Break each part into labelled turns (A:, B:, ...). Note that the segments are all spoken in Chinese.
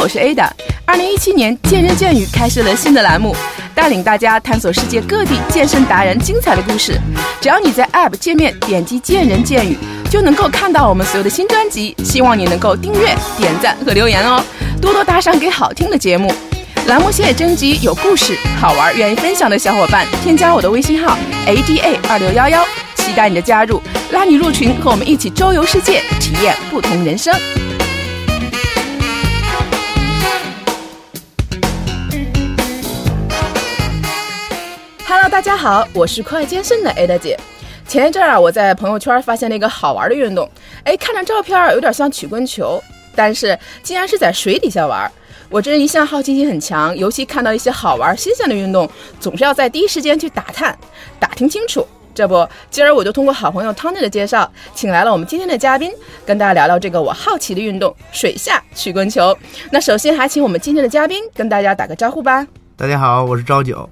A: 我是 Ada。二零一七年，健人健语开设了新的栏目，带领大家探索世界各地健身达人精彩的故事。只要你在 App 界面点击“健人健语”，就能够看到我们所有的新专辑。希望你能够订阅、点赞和留言哦，多多打赏给好听的节目。栏目现已征集有故事、好玩、愿意分享的小伙伴，添加我的微信号 ada 二六幺幺，期待你的加入，拉你入群，和我们一起周游世界，体验不同人生。Hello，大家好，我是快健身的 ada 姐。前一阵儿啊，我在朋友圈发现了一个好玩的运动，哎，看着照片儿有点像曲棍球，但是竟然是在水底下玩儿。我这人一向好奇心很强，尤其看到一些好玩新鲜的运动，总是要在第一时间去打探、打听清楚。这不，今儿我就通过好朋友汤尼的介绍，请来了我们今天的嘉宾，跟大家聊聊这个我好奇的运动——水下曲棍球。那首先还请我们今天的嘉宾跟大家打个招呼吧。
B: 大家好，我是朝九。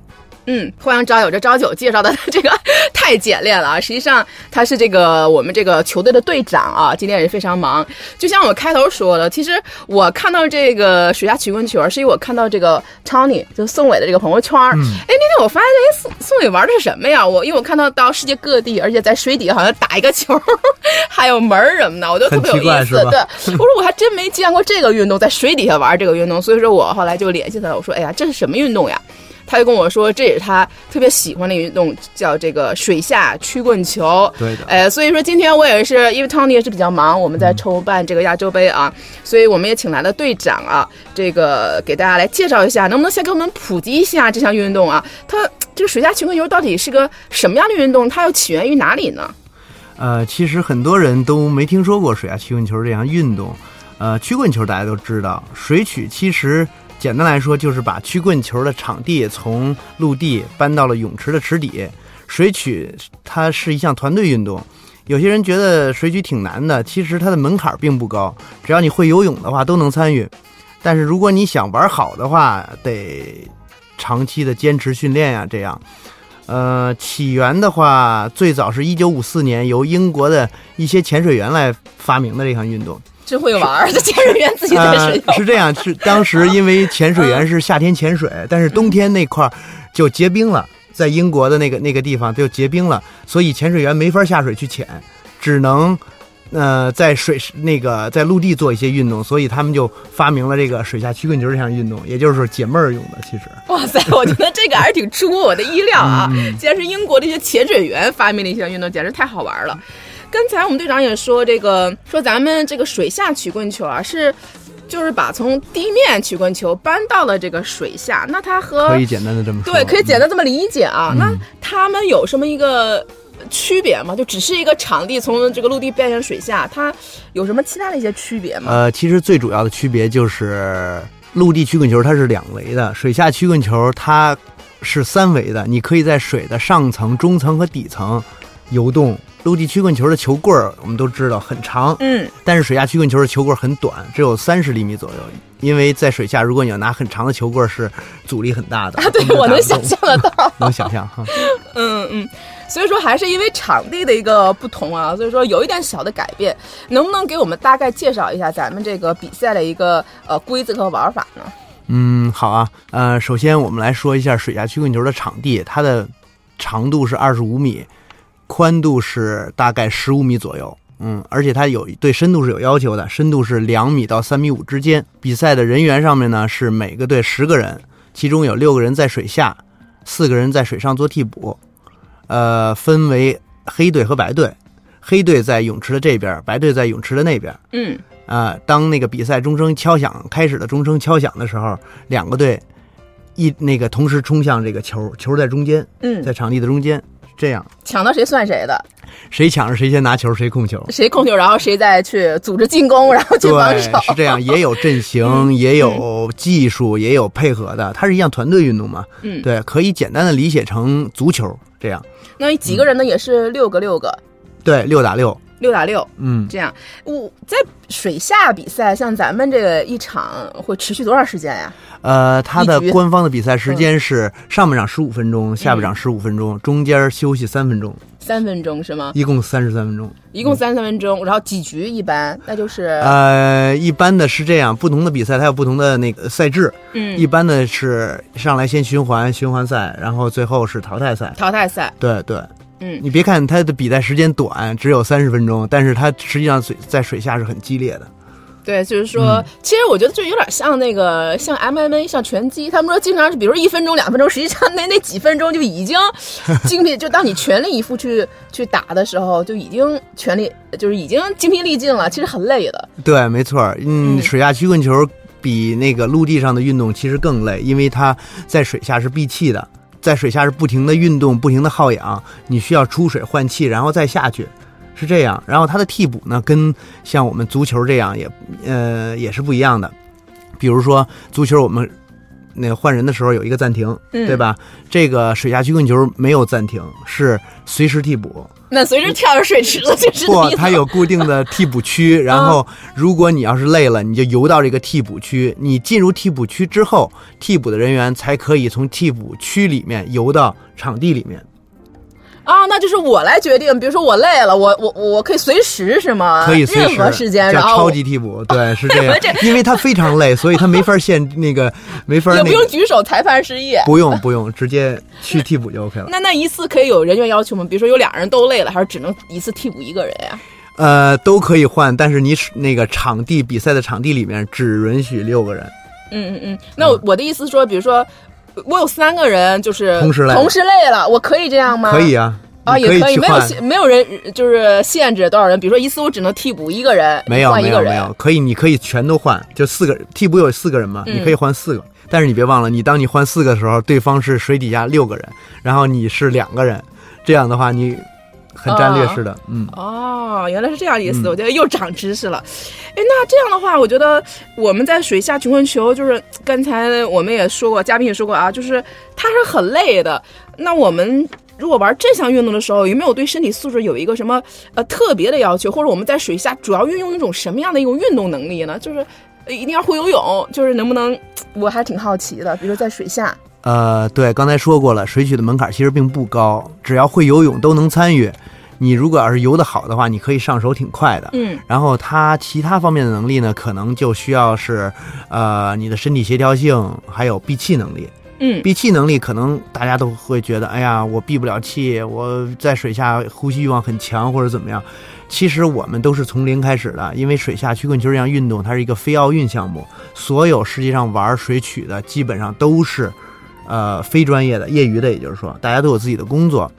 A: 嗯，欢迎招友。这招九介绍的这个太简练了啊！ 实际上他是这个我们这个球队的队长啊，今天也是非常忙。就像我开头说的，其实我看到这个水下曲棍球，是因为我看到这个 Tony 就宋伟的这个朋友圈
B: 嗯
A: 儿。哎、那天我发现，哎，宋宋伟玩的是什么呀？我因为我看到到世界各地，而且在水底好像打一个球，还有门儿什么的，我觉得特别有
B: 很奇怪
A: 意思。
B: 是吧
A: 对，我说我还真没见过这个运动，在水底下玩这个运动，所以说我后来就联系他了，我说，哎呀，这是什么运动呀？他就跟我说，这也是他特别喜欢的运动，叫这个水下曲棍球。
B: 对的，
A: 哎，所以说今天我也是，因为 Tony 也是比较忙，我们在筹办这个亚洲杯啊，所以我们也请来了队长啊，这个给大家来介绍一下，能不能先给我们普及一下这项运动啊？它这个水下曲棍球到底是个什么样的运动？它又起源于哪里呢？
B: 呃，其实很多人都没听说过水下曲棍球这项运动。呃，曲棍球大家都知道，水曲其实简单来说就是把曲棍球的场地从陆地搬到了泳池的池底。水曲它是一项团队运动，有些人觉得水曲挺难的，其实它的门槛并不高，只要你会游泳的话都能参与。但是如果你想玩好的话，得长期的坚持训练呀、啊这样。呃，起源的话，最早是一九五四年由英国的一些潜水员来发明的这项运动。
A: 真会玩儿，这 潜水员自己在水下、，
B: 呃 是这样，是当时因为潜水员是夏天潜水，但是冬天那块儿就结冰了，在英国的那个那个地方就结冰了，所以潜水员没法下水去潜，只能。呃，在水那个在陆地做一些运动，所以他们就发明了这个水下曲棍球这项运动，也就是说解闷儿用的。其实，
A: 哇塞，我觉得这个还是挺出乎我的意料啊！
B: 嗯
A: 竟然是英国的一些潜水员发明的一项运动，简直太好玩了。刚才我们队长也说，这个说咱们这个水下曲棍球啊，是就是把从地面曲棍球搬到了这个水下，那它和
B: 可以简单的这么说。
A: 对可以
B: 嗯
A: 简单这么理解啊。那他们有什么一个区别吗？就只是一个场地从这个陆地变成水下，它有什么其他的一些区别吗？
B: 呃，其实最主要的区别就是陆地曲棍球它是两维的，水下曲棍球它是三维的。你可以在水的上层、中层和底层游动。陆地曲棍球的球棍儿我们都知道很长，
A: 嗯，
B: 但是水下曲棍球的球棍儿很短，只有三十厘米左右。因为在水下，如果你要拿很长的球棍儿，是阻力很大的。
A: 啊对
B: 根本
A: 我
B: 打
A: 能
B: 不
A: 想
B: 动
A: 象得到。
B: 能想象哈。
A: 嗯嗯，所以说还是因为场地的一个不同啊，所以说有一点小的改变，能不能给我们大概介绍一下咱们这个比赛的一个呃规则和玩法呢？
B: 嗯，好啊。呃，首先我们来说一下水下曲棍球的场地，它的长度是二十五米，宽度是大概十五米左右。嗯，而且它有对深度是有要求的，深度是两米到三米五之间。比赛的人员上面呢是每个队十个人，其中有六个人在水下，四个人在水上做替补。呃，分为黑队和白队，黑队在泳池的这边，白队在泳池的那边。
A: 嗯，
B: 啊，当那个比赛钟声敲响，开始的钟声敲响的时候，两个队一那个同时冲向这个球，球在中间，
A: 嗯
B: 在场地的中间，这样
A: 抢到谁算谁的，
B: 谁抢着谁先拿球，谁控球。
A: 谁控球，然后谁再去组织进攻，然后去防
B: 对，
A: 守。嗯
B: 是这样，也有阵型，也有技术，也有配合的，它是一项团队运动嘛。
A: 嗯
B: 对，可以简单的理解成足球这样。
A: 那几个人呢？也是六个六个，
B: 对，六打六，
A: 六打六
B: 嗯，
A: 这样。我在水下比赛，像咱们这个一场会持续多长时间呀？
B: 呃，它的
A: 一局嗯
B: 官方的比赛时间是上半场十五分钟，下半场十五分钟，中间休息三分钟。
A: 三分钟是吗？
B: 一共三十三分钟。
A: 一共三十三分钟，然后几局一般？那就是
B: 呃，一般的是这样，不同的比赛它有不同的那个赛制。
A: 嗯
B: 一般的是上来先循环，循环赛，然后最后是淘汰赛。
A: 淘汰赛。
B: 对对，
A: 嗯，
B: 你别看它的比赛时间短，只有三十分钟，但是它实际上水在水下是很激烈的。
A: 对，就是说，
B: 嗯
A: 其实我觉得就有点像那个，像 MMA，像拳击，他们说经常是，比如说一分钟、两分钟，实际上那那 几分钟就已经精疲，就当你全力以赴去去打的时候，就已经全力，就是已经精疲力尽了，其实很累的。
B: 对，没错儿。嗯，
A: 嗯
B: 水下曲棍球比那个陆地上的运动其实更累，因为它在水下是闭气的，在水下是不停的运动，不停的耗氧，你需要出水换气，然后再下去。是这样，然后它的替补呢，跟像我们足球这样也，呃，也是不一样的。比如说足球，我们那个换人的时候有一个暂停，
A: 嗯
B: 对吧？这个水下曲棍球没有暂停，是随时替补。
A: 那随时跳入水池了，嗯就是
B: 不，它有固定的替 补区，然后如果你要是累了，你就游到这个替补区。你进入替补区之后，替补的人员才可以从替补区里面游到场地里面，
A: 啊，那就是我来决定。比如说我累了，我我我可以随时是吗？
B: 可以随
A: 啊任何时间，
B: 叫
A: 然后
B: 超级替补，对，是这样。因为他非常累，所以他没法限那个，没法
A: 也
B: 那
A: 不
B: 个
A: 用，举手，裁判示意。
B: 不用不用，直接去替补就 OK 了。
A: 那那一次可以有人员要求吗？比如说有俩人都累了，还是只能一次替补一个人呀、
B: 呃，都可以换，但是你是那个场地比赛的场地里面只允许六个人。
A: 嗯嗯嗯。那我我的意思说，比如说我有三个人就是
B: 同时累了
A: 累了，我可以这样吗？
B: 可以。啊，
A: 啊，
B: 你
A: 也
B: 以
A: 以，
B: 去
A: 没有
B: 换。
A: 限没有人就是限制多少人，比如说一次我只能替补一个人，
B: 没有
A: 换
B: 没
A: 一
B: 有
A: 个
B: 没
A: 人
B: 有，可以，你可以全都换，就四个人替补有四个人嘛，
A: 嗯
B: 你可以换四个。但是你别忘了，你当你换四个的时候，对方是水底下六个人，然后你是两个人，这样的话你很战略
A: 啊
B: 式的，嗯。
A: 哦，原来是这样意思，
B: 嗯
A: 我觉得又长知识了。哎，那这样的话，我觉得我们在水下穷困球，就是刚才我们也说过，嘉宾也说过啊，就是它是很累的。那我们如果玩这项运动的时候，有没有对身体素质有一个什么呃特别的要求，或者我们在水下主要运用一种什么样的一种运动能力呢？就是。呃一定要会游泳，就是能不能？我还挺好奇的。比如说在水下，
B: 呃，对，刚才说过了，水曲的门槛其实并不高，只要会游泳都能参与。你如果要是游得好的话，你可以上手挺快的。
A: 嗯，
B: 然后他其他方面的能力呢，可能就需要是，呃，你的身体协调性，还有闭气能力。
A: 嗯
B: 闭气能力可能大家都会觉得，哎呀，我闭不了气，我在水下呼吸欲望很强或者怎么样。其实我们都是从零开始的，因为水下曲棍球这项运动它是一个非奥运项目，所有世界上玩水曲的基本上都是，呃，非专业的、业余的，也就是说，大家都有自己的工作。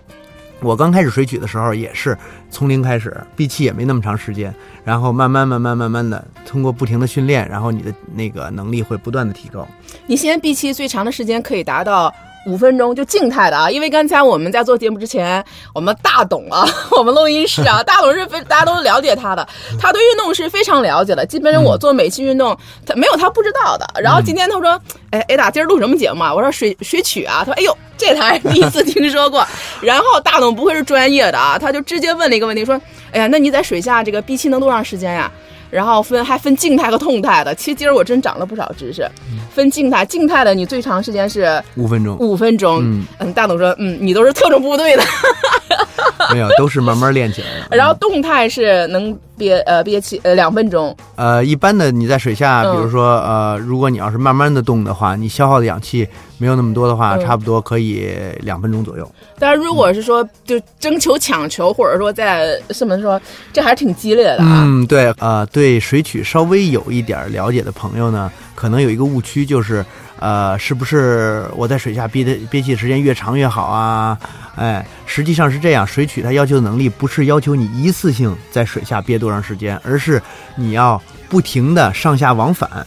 B: 我刚开始水曲的时候也是从零开始，闭气也没那么长时间，然后慢慢、慢慢、慢慢的通过不停的训练，然后你的那个能力会不断的提高。
A: 你现在闭气最长的时间可以达到五分钟，就静态的啊。因为刚才我们在做节目之前，我们大董啊， 我们录音师啊，大董是非大家都了解他的，他对运动是非常了解的。基本上我做每期运动，他没有他不知道的。然后今天他说：“哎，Ada，今儿录什么节目啊？”我说水：“水曲啊。”他说：“哎呦，这他还第一次听说过。”然后大董不会是专业的啊，他就直接问了一个问题，说：“哎呀，那你在水下这个闭气能多长时间呀、然后分还分静态和动态的。其实今儿我真长了不少知识，分静态，静态的你最长时间是
B: 五分钟，
A: 五分钟。
B: 嗯
A: 嗯大董说，嗯，你都是特种部队的。
B: 没有，都是慢慢练起来的。
A: 然后动态是能憋呃憋气呃两分钟。
B: 呃，一般的你在水下，
A: 嗯
B: 比如说呃，如果你要是慢慢的动的话，你消耗的氧气没有那么多的话，
A: 嗯
B: 差不多可以两分钟左右。
A: 但是如果是说就争球抢球，或者说在什么说，这还是挺激烈的啊。
B: 嗯，对，呃，对水曲稍微有一点了解的朋友呢，可能有一个误区就是，呃，是不是我在水下憋的憋气时间越长越好啊？哎，实际上是这样，水曲它要求的能力不是要求你一次性在水下憋多长时间，而是你要不停的上下往返，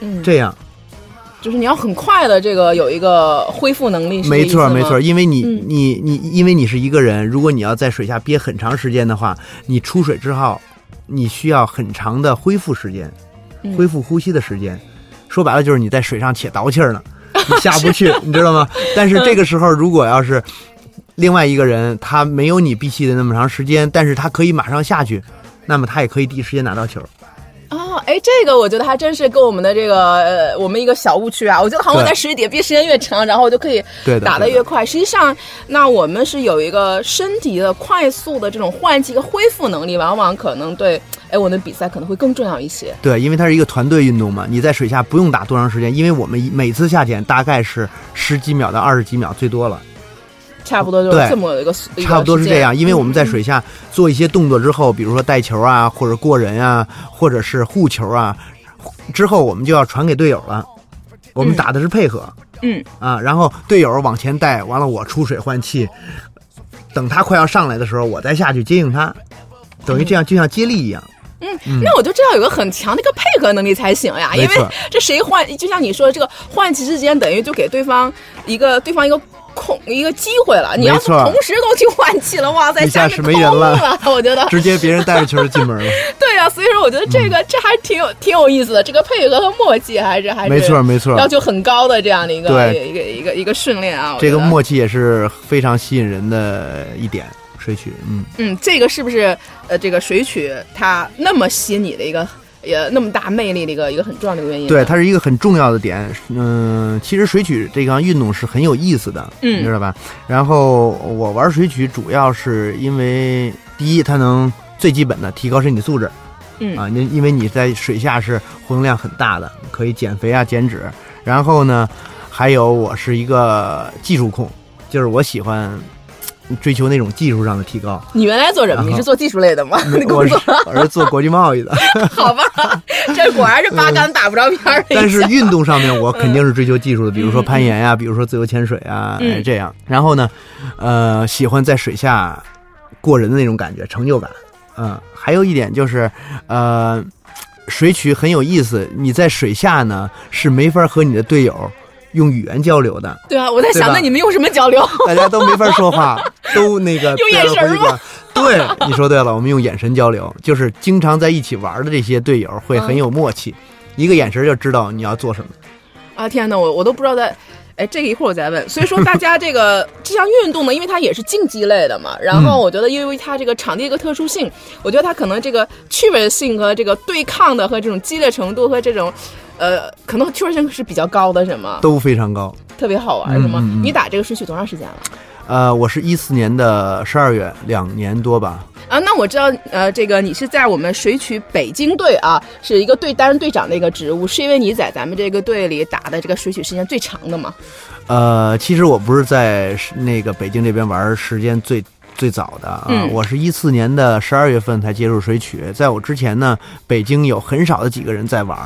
A: 嗯，
B: 这样。
A: 就是你要很快的这个有一个恢复能力，是这
B: 没
A: 意思
B: 错，
A: 吗
B: 没错，。因为你、
A: 嗯
B: 你你，因为你是一个人，如果你要在水下憋很长时间的话，你出水之后，你需要很长的恢复时间，
A: 嗯
B: 恢复呼吸的时间。说白了就是你在水上且倒气儿呢，你下不去， 你知道吗？但是这个时候，如果要是另外一个人他没有你闭气的那么长时间，但是他可以马上下去，那么他也可以第一时间拿到球。
A: 啊、哦，哎，这个我觉得还真是跟我们的这个呃，我们一个小误区啊。我觉得好像
B: 对
A: 在水底憋时间越长，然后我就可以
B: 对的
A: 打得
B: 对的
A: 越快。实际上，那我们是有一个身体的快速的这种换气和恢复能力，往往可能对哎我们的比赛可能会更重要一些。
B: 对，因为它是一个团队运动嘛，你在水下不用打多长时间，因为我们一每次下潜大概是十几秒到二十几秒最多了，
A: 差不多就是
B: 对
A: 这么一个速，一个
B: 差不多是
A: 时间嗯
B: 这样。因为我们在水下做一些动作之后，比如说带球啊，或者过人啊，或者是护球啊，之后我们就要传给队友了。我们打的是配合，
A: 嗯
B: 啊，然后队友往前带，完了我出水换气，等他快要上来的时候，我再下去接应他，等于这样就像接力一样。
A: 嗯，那我就这要有个很强的一个配合能力才行呀，因
B: 没
A: 为
B: 错
A: 这谁换，就像你说的这个换气之间，等于就给对方一个对方一个空一个机会了。你要
B: 没
A: 是
B: 错
A: 同时都去换气了，哇塞，
B: 一下
A: 面
B: 是
A: 空
B: 没人了
A: 了，我觉得
B: 直接别人带着球进门了，
A: 对呀、所以说我觉得这个、
B: 嗯
A: 这还挺有挺有意思的，这个配合和默契还是还是
B: 没错没错
A: 要求很高的这样的一个
B: 对
A: 一个一个一个训练啊。我
B: 这个
A: 觉得
B: 默契也是非常吸引人的一点。水曲，嗯，
A: 嗯，这个是不是呃这个水曲它那么吸引你的一个也那么大魅力的一个一个很重要的一个原因呢？
B: 对，它是一个很重要的点。嗯、其实水曲这项运动是很有意思的，
A: 嗯
B: 你知道吧？然后我玩水曲主要是因为，第一，它能最基本的提高身体素质，
A: 嗯
B: 啊，因因为你在水下是活动量很大的，可以减肥啊、减脂。然后呢，还有我是一个技术控，就是我喜欢嘖追求那种技术上的提高。
A: 你原来做什么？
B: 然
A: 你
B: 后
A: 是做技术类的吗？你
B: 我
A: 工
B: 是
A: 作
B: 我是做国际贸易的，
A: 好 吧？这果然是八竿子打不着边儿。
B: 嗯但是运动上面我肯定是追求技术的，比如说攀岩呀、比如说自由潜水啊、
A: 嗯
B: 哎这样。然后呢，呃，喜欢在水下过人的那种感觉，成就感。嗯，还有一点就是，呃，水曲很有意思，你在水下呢是没法和你的队友用语言 交流的，
A: 对啊，我在
B: 对
A: 想，
B: 吧
A: 那你们用什么交流？
B: 大家都没法说 话，都那个
A: 用眼神儿吗
B: 对，你说对了，我们用眼神交流，就是经常在一起玩的这些队友会很有默
A: 嗯
B: 契，一个眼神就知道你要做什么。
A: 啊天哪，我我都不知道在。哎，这个一会儿我再问。所以说，大家这 个这项运动呢，因为它也是竞技类的嘛，然
B: 嗯
A: 后我觉得因为它这个场地一个特殊性，我觉得它可能这个趣味性和这个对抗的和这种激烈程度和这种，呃，可能趣味性是比较高的，是吗？
B: 都非常高。
A: 特别好玩，是吗？
B: 嗯嗯嗯
A: 你打这个顺序多长时间了？
B: 呃，我是一四年的十二月，两年多吧。
A: 啊，那我知道，呃，这个你是在我们水曲北京队啊，是一个队担任队长的一个职务，是因为你在咱们这个队里打的这个水曲时间最长的嘛？
B: 呃，其实我不是在是那个北京这边玩时间最最早的啊，
A: 嗯
B: 我是一四年的十二月份才接触水曲，在我之前呢，北京有很少的几个人在玩，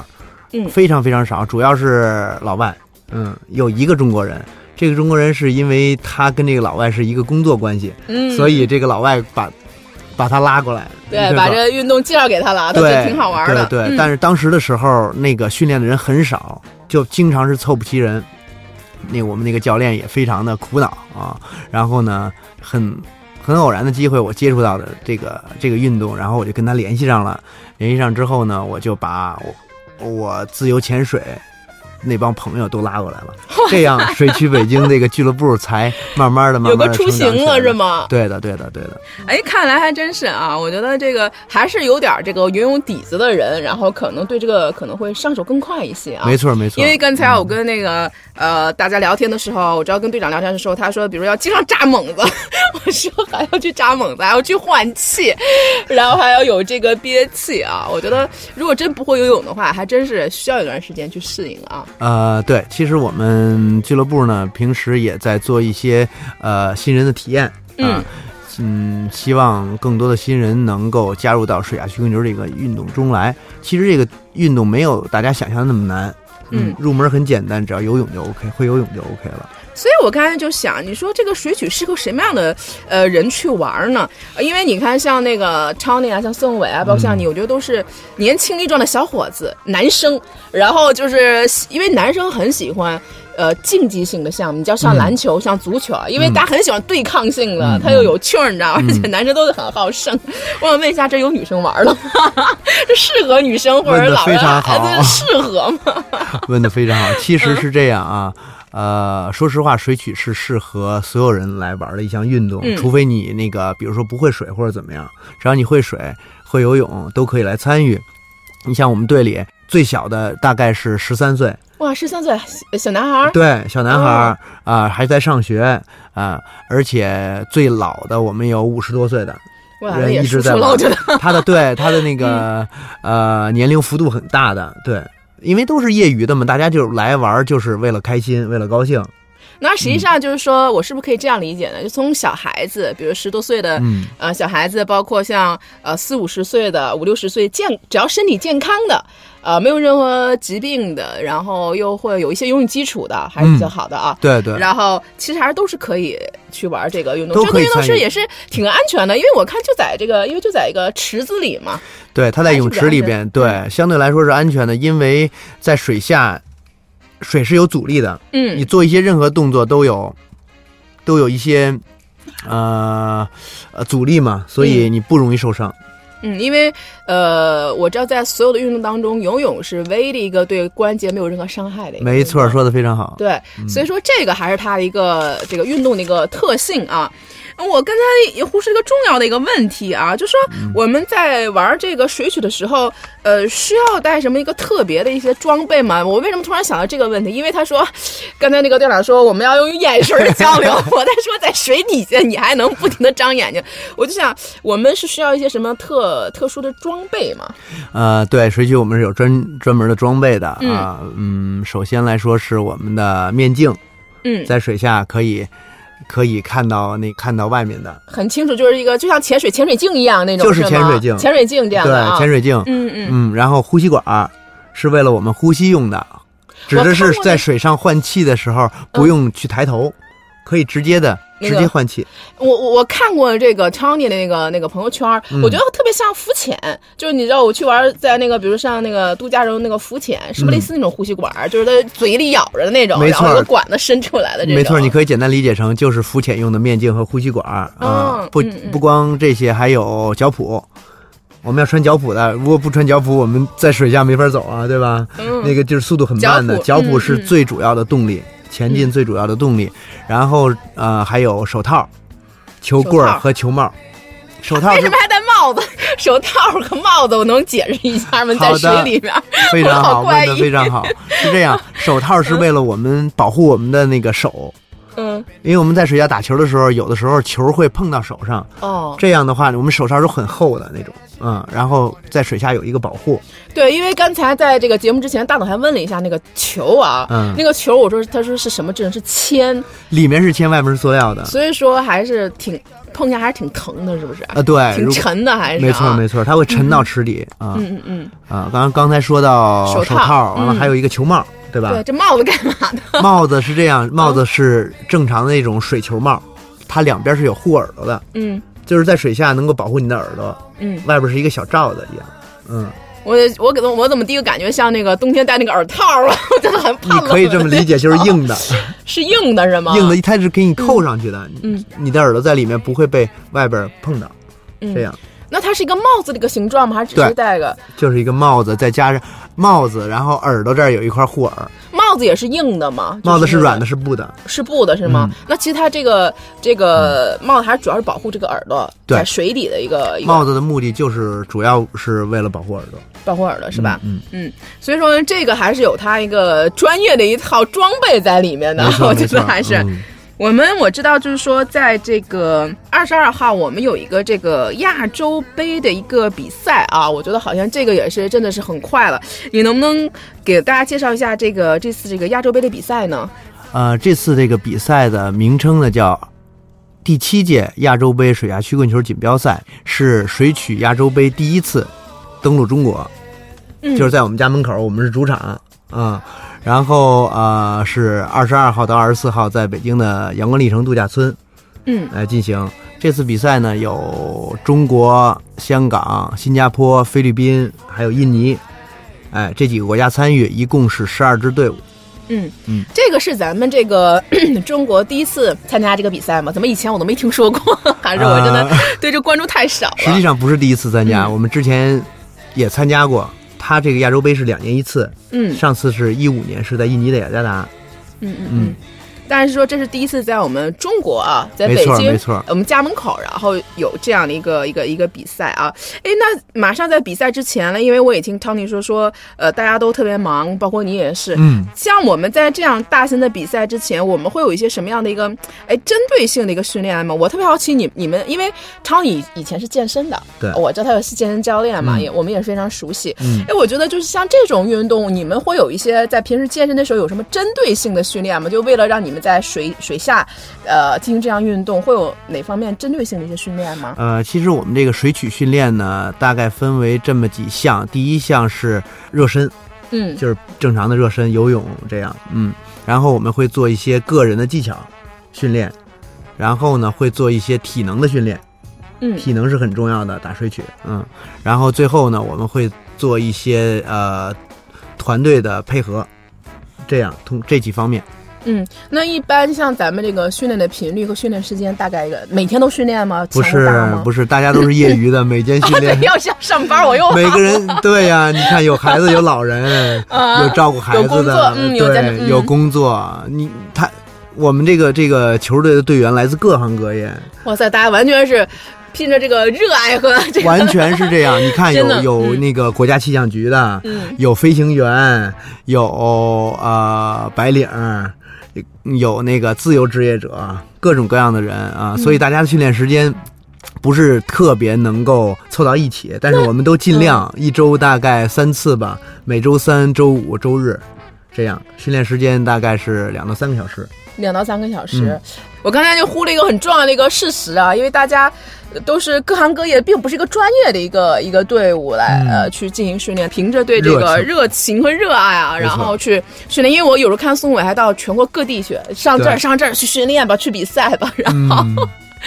A: 嗯
B: 非常非常少，主要是老外，嗯，有一个中国人。这个中国人是因为他跟这个老外是一个工作关系，
A: 嗯
B: 所以这个老外把把他拉过来，
A: 对，
B: 吧
A: 把这个运动介绍给他了，他觉得
B: 对，
A: 啊挺好玩的。
B: 对对、
A: 嗯
B: 但是当时的时候，那个训练的人很少，就经常是凑不齐人。那我们那个教练也非常的苦恼啊。然后呢，很很偶然的机会，我接触到的这个这个运动，然后我就跟他联系上了。联系上之后呢，我就把我我自由潜水。那帮朋友都拉过来 了，这样水区北京这个俱乐部才慢慢的、慢
A: 有
B: 慢
A: 个
B: 的
A: 雏形了是？吗？
B: 对的，对的，对的。
A: 哎，看来还真是啊！我觉得这个还是有点这个游泳底子的人，然后可能对这个可能会上手更快一些啊。
B: 没错，没错。
A: 因为刚才我跟那个呃大家聊天的时候，我知道跟队长聊天的时候，他说，比如要经常扎猛子， 我说还要去扎猛子，还要去换气，然后还要有这个憋气啊。我觉得如果真不会游泳的话，还真是需要一段时间去适应啊。
B: 呃，对，其实我们俱乐部呢，平时也在做一些呃新人的体验啊。嗯希望更多的新人能够加入到水下曲棍球这个运动中来。其实这个运动没有大家想象的那么难，
A: 嗯
B: 入门很简单，只要游泳就 OK，会游泳就 OK 了。
A: 所以我刚才就想，你说这个水曲适合什么样的呃人去玩儿呢？呃因为你看，像那个超内啊，像宋伟啊，包括像你，我觉得都是年轻力壮的小伙子，男生。然后就是喜因为男生很喜欢。呃，竞技性的项目，你叫像篮球、像足球，啊，因为大家很喜欢对抗性
B: 嗯
A: 的，它又有趣儿，你知道吗？ 而且男生都是很好胜。我想问一下，这有女生玩儿了吗？这适合女生或者
B: 问得
A: 老人
B: 非常
A: 孩 子
B: 好
A: 适合吗？
B: 问的非常好，其实是这样啊。呃，说实话，水曲是适合所有人来玩的一项运动，
A: 嗯
B: 除非你那个，比如说不会水或者怎么样，只要你会水、会游泳，都可以来参与。你像我们队里最小的大概是十三岁，
A: 哇，十三岁小小男孩儿，
B: 对，小男孩儿啊、还在上学啊、而且最老的我们有五十多岁的，
A: 哇，那
B: 人
A: 也
B: 一直
A: 叔
B: 在
A: 叔了，
B: 玩
A: 我觉得。
B: 他 的对他的那个、呃年龄幅度很大的，对，因为都是业余的嘛，大家就来玩儿就是为了开心，为了高兴，
A: 那
B: 嗯
A: 实际上就是说，我是不是可以这样理解呢？就从小孩子，比如十多岁的，
B: 嗯
A: 呃，小孩子，包括像呃四五十岁的、五六十岁健，只要身体健康的，呃，没有任何疾病的，然后又会有一些游泳基础的，还是比
B: 嗯
A: 较好的啊。
B: 对对，
A: 然后其实还是都是可以去玩这个运动，
B: 都
A: 这
B: 可
A: 个
B: 以
A: 运动
B: 参
A: 是
B: 与
A: 也是挺安全的，因为我看就在这个，因为就在一个池子里嘛。
B: 对，它在泳池里边，
A: 嗯
B: 对，相对来说是安全的，因为在水下，水是有阻力的，
A: 嗯
B: 你做一些任何动作都有，都有一些，呃，呃阻力嘛，所以你不容易受伤。
A: 嗯，因为呃，我知道在所有的运动当中，游泳是唯一的一个对关节没有任何伤害的一个。
B: 没错，。说的非常好。
A: 对，所以说这个还是它的一个这个运动的一个特性啊。我刚才也忽视一个重要的一个问题啊，就说
B: 嗯
A: 我们在玩这个水曲的时候，呃，需要带什么一个特别的一些装备吗？我为什么突然想到这个问题？因为他说，刚才那个队长说我们要用眼神儿交流， 我在说在水底下你还能不停的张眼睛，我就想我们是需要一些什么特特殊的装备吗？
B: 呃，对，水曲我们是有专专门的装备的啊。嗯首先来说是我们的面镜，
A: 嗯，
B: 在水下可以可以看到那看到外面的，
A: 很清楚，就是一个就像潜水潜水镜一样那种，
B: 就是
A: 吗
B: 潜水镜
A: 潜水镜这样的啊
B: 对，潜水镜，
A: 嗯嗯。
B: 嗯，然后呼吸管儿是为了我们呼吸用的，指的是
A: 看过那
B: 在水上换气的时候不用去抬头，可以直接的
A: 那
B: 直
A: 个
B: 接换气。
A: 我我我看过这个 Tony 的那个那个朋友圈儿，
B: 嗯
A: 我觉得特别像浮潜，就是你知道我去玩儿在那个，比如像那个度假中那个浮潜，是不是类似那种呼吸管儿，就是在嘴里咬着那种，
B: 嗯没
A: 然后
B: 错
A: 有个管子伸出来的这种。
B: 没错，你可以简单理解成就是浮潜用的面镜和呼吸管儿啊、
A: 哦
B: 不
A: 嗯嗯
B: 不光这些，还有脚蹼。我们要穿脚蹼的，如果不穿脚蹼，我们在水下没法走啊，对吧？
A: 嗯
B: 那个就是速度很慢的，
A: 脚
B: 脚
A: 蹼
B: 蹼是
A: 嗯嗯嗯
B: 最主要的动力，前进最主要的动力。然后呃，还有手套、球棍
A: 手
B: 儿
A: 套
B: 和球帽。手套
A: 为
B: 是
A: 什么还戴帽子、 手套和帽子？我能解释一下吗？在
B: 好的
A: 水里面儿，
B: 非常好，
A: 我好怪
B: 问
A: 异
B: 的非常好。是这 样，手套是为了我们保护我们的那个手，
A: 嗯，
B: 因为我们在水下打球的时候，有的时候球会碰到手上，
A: 哦，
B: 这样的话，我们手套是很厚的那种，嗯，然后在水下有一个保护，
A: 对，因为刚才在这个节目之前，大董还问了一下那个球啊，
B: 嗯
A: 那个球，我说他说是什么质地？是铅，
B: 里面是铅，外面是塑料的，啊、
A: 所以说还是挺碰一下还是挺疼的，是不是？
B: 呃对，
A: 挺
B: 哎如
A: 沉的，还是、啊、
B: 没错没错，它会沉到池底啊
A: 嗯嗯嗯，
B: 啊！刚刚才说到
A: 手套
B: 手套，完了
A: 嗯
B: 还有一个球帽，对吧？
A: 对，这帽子干嘛的？
B: 帽子是这样，帽子是正常的那种水球帽，它两边是有护耳朵的，
A: 嗯
B: 就是在水下能够保护你的耳朵，
A: 嗯，
B: 外边是一个小罩子一样，嗯，
A: 我我给我怎么第一个感觉像那个冬天戴那个耳套啊？ 我真的很怕
B: 你
A: 冷。
B: 可以这么理解，就是硬的，
A: 是硬的是吗？
B: 硬的，它是给你扣上去的，
A: 嗯，
B: 你的耳朵在里面不会被外边碰到，
A: 嗯
B: 这样
A: 那它是一个帽子的一个形状吗？还是只是
B: 对
A: 戴个
B: 就是一个帽子，再加上帽子，然后耳朵这儿有一块护耳，
A: 帽子也是硬的吗？
B: 帽子是软的，嗯
A: 的，
B: 是布的，
A: 是布的是吗？那其实它这个这个帽子还是主要是保护这个耳朵，
B: 嗯对
A: 在水底的一个一个
B: 帽子的目的就是主要是为了保护耳朵，
A: 保护耳朵是吧？
B: 嗯，
A: 所以说这个还是有它一个专业的一套装备在里面的
B: 没，错
A: 我
B: 没
A: 觉
B: 错，
A: 得还是。
B: 嗯
A: 我们我知道，就是说，在这个二十二号，我们有一个这个亚洲杯的一个比赛啊，我觉得好像这个也是真的是很快了。你能不能给大家介绍一下这个这次这个亚洲杯的比赛呢？
B: 呃，这次这个比赛的名称呢叫第七届亚洲杯水下曲棍球锦标赛，是水曲亚洲杯第一次登陆中国，
A: 嗯
B: 就是在我们家门口，我们是主场啊、然后呃是二十二号到二十四号在北京的阳光丽城度假村
A: 嗯
B: 来进行。这次比赛呢有中国、香港、新加坡、菲律宾还有印尼，哎这几个国家参与，一共是十二支队伍。
A: 嗯
B: 嗯，
A: 这个是咱们这个 中国第一次参加这个比赛吗？怎么以前我都没听说过？ 还是我真的
B: 呃
A: 对这关注太少
B: 实际
A: 了？
B: 上不是第一次参加，我们之前也参加过。他这个亚洲杯是两年一次，
A: 嗯
B: 上次是一五年是在印尼的雅加达。
A: 嗯嗯嗯。但是说这是第一次在我们中国啊，在
B: 没
A: 北
B: 错
A: 京，
B: 没错
A: 我们家门口，然后有这样的一个一个一个比赛啊。哎，那马上在比赛之前呢，因为我也听 Tony 说说，呃，大家都特别忙，包括你也是。
B: 嗯，
A: 像我们在这样大型的比赛之前，我们会有一些什么样的一个哎针对性的一个训练吗？我特别好奇你你们，因为 Tony 以前是健身的，
B: 对
A: 我知道他也是健身教练嘛，
B: 嗯
A: 也我们也非常熟悉。
B: 嗯
A: 哎，我觉得就是像这种运动，你们会有一些在平时健身的时候有什么针对性的训练吗？就为了让你们在水水下，呃，进行这样运动，会有哪方面针对性的一些训练吗？
B: 呃，其实我们这个水曲训练呢，大概分为这么几项。第一项是热身，
A: 嗯
B: 就是正常的热身、游泳这样，嗯。然后我们会做一些个人的技巧训练，然后呢会做一些体能的训练，
A: 嗯
B: 体能是很重要的，打水曲，嗯。然后最后呢，我们会做一些呃团队的配合，这样通这几方面。
A: 嗯。那一般像咱们这个训练的频率和训练时间，大概一个每天都训练吗？
B: 不
A: 强度大
B: 是
A: 吗
B: 不是，大家都是业余的，每间训
A: 啊，对
B: 练，。
A: 要上上班我又
B: 每个人对 呀、你看有孩子，有老人，
A: 啊
B: 有照顾孩
A: 有
B: 子
A: 工
B: 的
A: 作，嗯有家
B: 对，
A: 庭嗯
B: 有工作。你他，我们这个这个球队的队员来自各行各业，
A: 哇塞，大家完全是拼着这个热爱和这 个
B: 完全是这样。你看
A: 真的
B: 有有那个国家气象局的，
A: 嗯
B: 有飞行员，有呃白领儿，有那个自由职业者，各种各样的人
A: 嗯
B: 啊，所以大家的训练时间。不是特别能够凑到一起，但是我们都尽量
A: 嗯
B: 一周大概三次吧，每周三、周五、周日，这样训练时间大概是两到三个小时。
A: 两到三个小时。
B: 嗯
A: 我刚才就忽略一个很重要的一个事实啊，因为大家呃都是各行各业，并不是一个专业的一个一个队伍来、呃去进行训练，凭着对这个
B: 嗯热情
A: 热情和热爱啊，
B: 没
A: 然
B: 错
A: 后去训练。因为我有时候看宋伟还到全国各地去，上这儿
B: 对嗯
A: 上这儿去训练吧，去比赛吧，然后。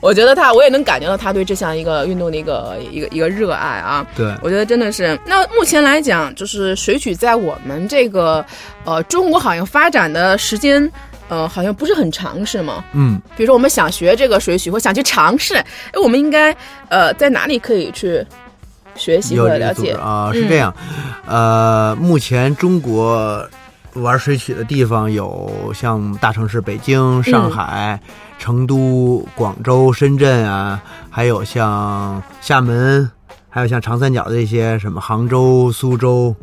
A: 我觉得他，我也能感觉到他对这项一个运动的一个一个一个热爱啊。
B: 对，
A: 我觉得真的是。那目前来讲，就是水曲在我们这个呃中国好像发展的时间。呃，好像不是很长，是吗？
B: 嗯，
A: 比如说，我们想学这个水曲，或想去尝试，哎，我们应该呃在哪里可以去学习
B: 有
A: 或
B: 这
A: 者
B: 个
A: 了
B: 组织
A: 解？嗯
B: 啊，是这样，呃，目前中国玩水曲的地方有像大城市北京、
A: 嗯
B: 上海、成都、广州、深圳啊，还有像厦门，还有像长三角这些什么杭州、苏州。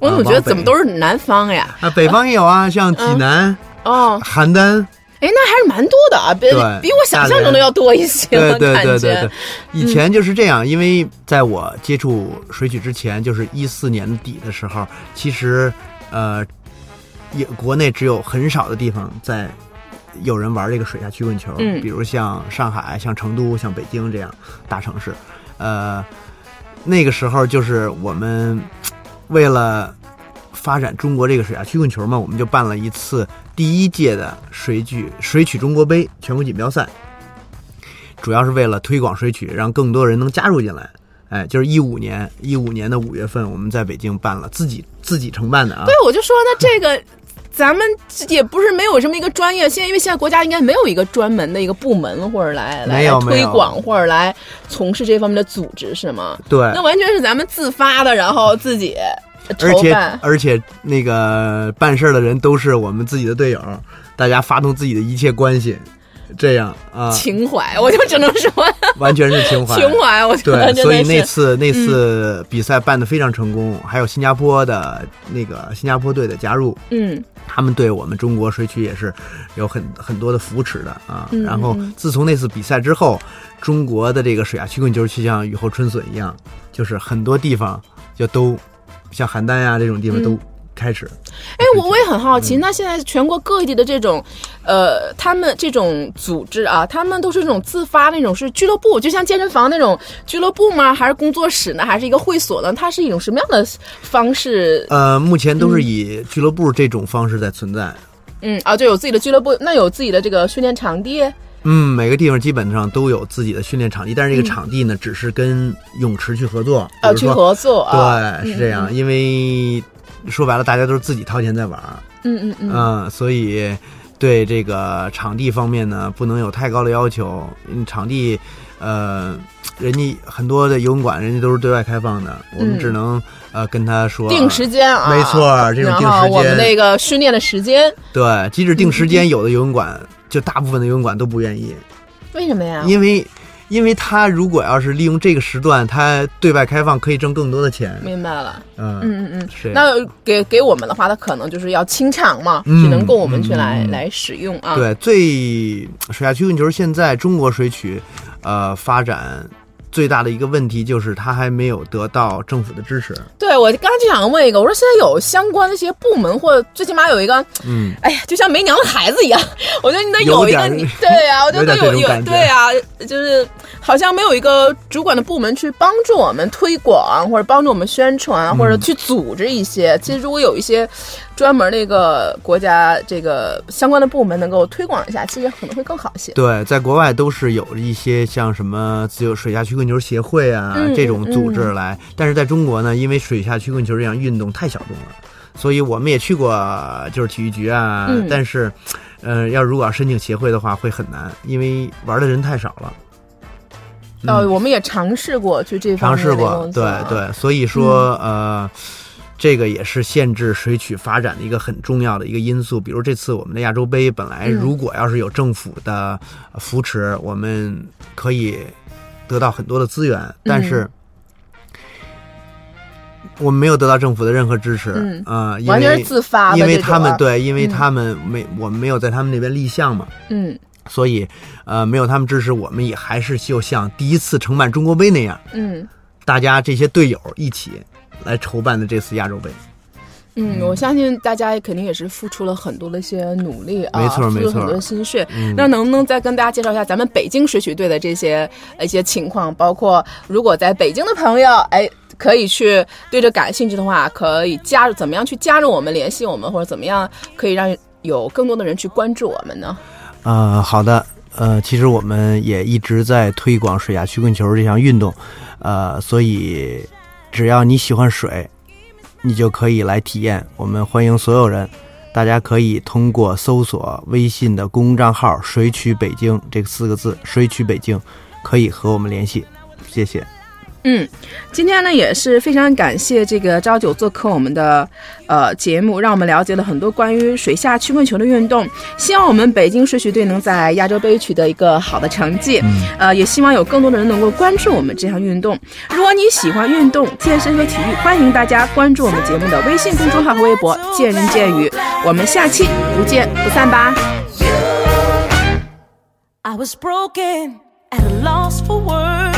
A: 我
B: 啊
A: 总觉得
B: 往北
A: 怎么都是嗯南方呀？
B: 啊，北方也有啊，像济南、
A: 哦，
B: 邯郸，
A: 哎，那还是蛮多的啊，比
B: 对
A: 比我想象中的要多一些，
B: 对
A: 我
B: 对
A: 感
B: 对对
A: 觉嗯
B: 对，以前就是这样，因为在我接触水曲之前，就是一四年底的时候，其实呃，也国内只有很少的地方在有人玩这个水下曲棍球，
A: 嗯
B: 比如像上海、像成都、像北京这样大城市，呃，那个时候就是我们为了。发展中国这个水下啊曲棍球嘛，我们就办了一次第一届的水举水曲中国杯全国锦标赛，主要是为了推广水曲，让更多人能加入进来。哎，就是一五年，一五年的五月份，我们在北京办了自己自己承办的啊。
A: 对，我就说那这个。咱们也不是没有这么一个专业，现在因为现在国家应该没有一个专门的一个部门或者来来
B: 没
A: 来
B: 有
A: 推
B: 没有
A: 广或者来从事这方面的组织是吗？
B: 对
A: 那完全是咱们自发的，然后自己筹
B: 而且啊
A: 办。
B: 而且那个办事儿的人都是我们自己的队友，大家发动自己的一切关系，这样啊，
A: 情怀，我就只能说
B: 完全是情怀。
A: 情怀，我觉得
B: 对，
A: 真
B: 所以
A: 的
B: 那
A: 是。
B: 次那次比赛办得非常成功，还有新加坡的那个新加坡队的加入，
A: 嗯，
B: 他们对我们中国水曲也是有很很多的扶持的啊。然后自从那次比赛之后，中国的这个水下曲棍球就像雨后春笋一样，就是很多地方就都像邯郸呀、这种地方都开始。
A: 哎，我我也很好
B: 嗯
A: 奇，那现在全国各地的这种，呃，他们这种组织啊，他们都是那种自发那种，是俱乐部，就像健身房那种俱乐部吗？还是工作室呢？还是一个会所呢？它是一种什么样的方式？
B: 呃，目前都是以俱乐部这种方式在存在。
A: 嗯啊，就有自己的俱乐部，那有自己的这个训练场地。呃
B: 嗯，每个地方基本上都有自己的训练场地，但是这个场地呢，只是跟泳池去合作，比
A: 呃，
B: 如
A: 去
B: 说
A: 合作啊，
B: 对，是这样，因为说白了，大家都是自己掏钱在玩儿，
A: 嗯嗯嗯，
B: 嗯，所以对这个场地方面呢，不能有太高的要求。嗯场地，呃，人家很多的游泳馆，人家都是对外开放的，我们只能呃跟他说
A: 嗯定时间啊，
B: 没错这种定时间
A: 然后我们那个训练的时间，
B: 对，即使定时间，有的游泳馆就大部分的游泳馆都不愿意，
A: 为什么呀？
B: 因为因为他如果要是利用这个时段，他对外开放可以挣更多的钱，
A: 明白了，
B: 嗯，
A: 嗯嗯嗯。
B: 是
A: 那给给我们的话，它可能就是要清场嘛，
B: 嗯
A: 只能够我们去来、
B: 嗯嗯
A: 来使用啊。
B: 对，最水下曲棍球现在中国水曲，呃，发展最大的一个问题就是它还没有得到政府的支持。
A: 对，我刚刚就想问一个，我说现在有相关的一些部门，或者最起码有一个，
B: 嗯，
A: 哎呀，就像没娘的孩子一样， 我觉得你得有一
B: 有
A: 个，
B: 点儿
A: 你对啊 呀、我觉得
B: 有点儿这
A: 有
B: 种
A: 有
B: 感觉
A: 对呀、就是好像没有一个主管的部门去帮助我们推广，或者帮助我们宣传，
B: 嗯
A: 或者去组织一些。其实如果有一些专门的一个国家这个相关的部门能够推广一下，其实可能会更好一些。
B: 对，在国外都是有一些像什么自由水下曲棍球协会啊、
A: 嗯
B: 这种组织来，但是在中国呢，因为水下曲棍球这项运动太小众了，所以我们也去过就是体育局啊，
A: 嗯
B: 但是，呃，要如果要申请协会的话会很难，因为玩的人太少了。嗯
A: 呃，我们也尝试过去这方面
B: 尝
A: 的
B: 试过
A: 工，作
B: 对
A: 啊嗯
B: 对，所以说、呃，这个也是限制水曲发展的一个很重要的一个因素。比如这次我们的亚洲杯，本来
A: 嗯
B: 如果要是有政府的呃扶持，我们可以得到很多的资源，但
A: 嗯
B: 是。我们没有得到政府的任何支持，
A: 嗯
B: 啊、因
A: 完全
B: 为
A: 是自发的
B: 因为
A: 这种
B: 他们
A: 啊，
B: 对，因为
A: 嗯
B: 他们没、我们没有在他们那边立项嘛，
A: 嗯
B: 所以，呃，没有他们支持，我们也还是就像第一次承办中国杯那样，
A: 嗯。
B: 大家这些队友一起来筹办的这次亚洲杯。
A: 嗯，我相信大家肯定也是付出了很多的一些努力啊，
B: 没
A: 付
B: 错没
A: 出了
B: 错
A: 很多心血。
B: 嗯
A: 那能不能再跟大家介绍一下咱们北京水曲队的这些一些情况？包括如果在北京的朋友，哎，可以去对这感兴趣的话，可以加入，怎么样去加入我们，联系我们，或者怎么样可以让有更多的人去关注我们呢？
B: 呃，好的，呃，其实我们也一直在推广水下曲棍球这项运动，呃，所以只要你喜欢水，你就可以来体验。我们欢迎所有人，大家可以通过搜索微信的公众账号“水曲北京”这四个字“水曲北京”，可以和我们联系。谢谢。
A: 嗯，今天呢也是非常感谢这个朝九做客我们的呃节目，让我们了解了很多关于水下曲棍球的运动。希望我们北京水曲队能在亚洲杯取得一个好的成绩，呃，也希望有更多的人能够关注我们这项运动。如果你喜欢运动、健身和体育，欢迎大家关注我们节目的微信公众号和微博“见人见语”。我们下期不见不散吧。
C: I was broken at a loss for words.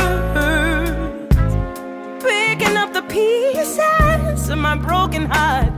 C: Picking up the pieces of my broken heart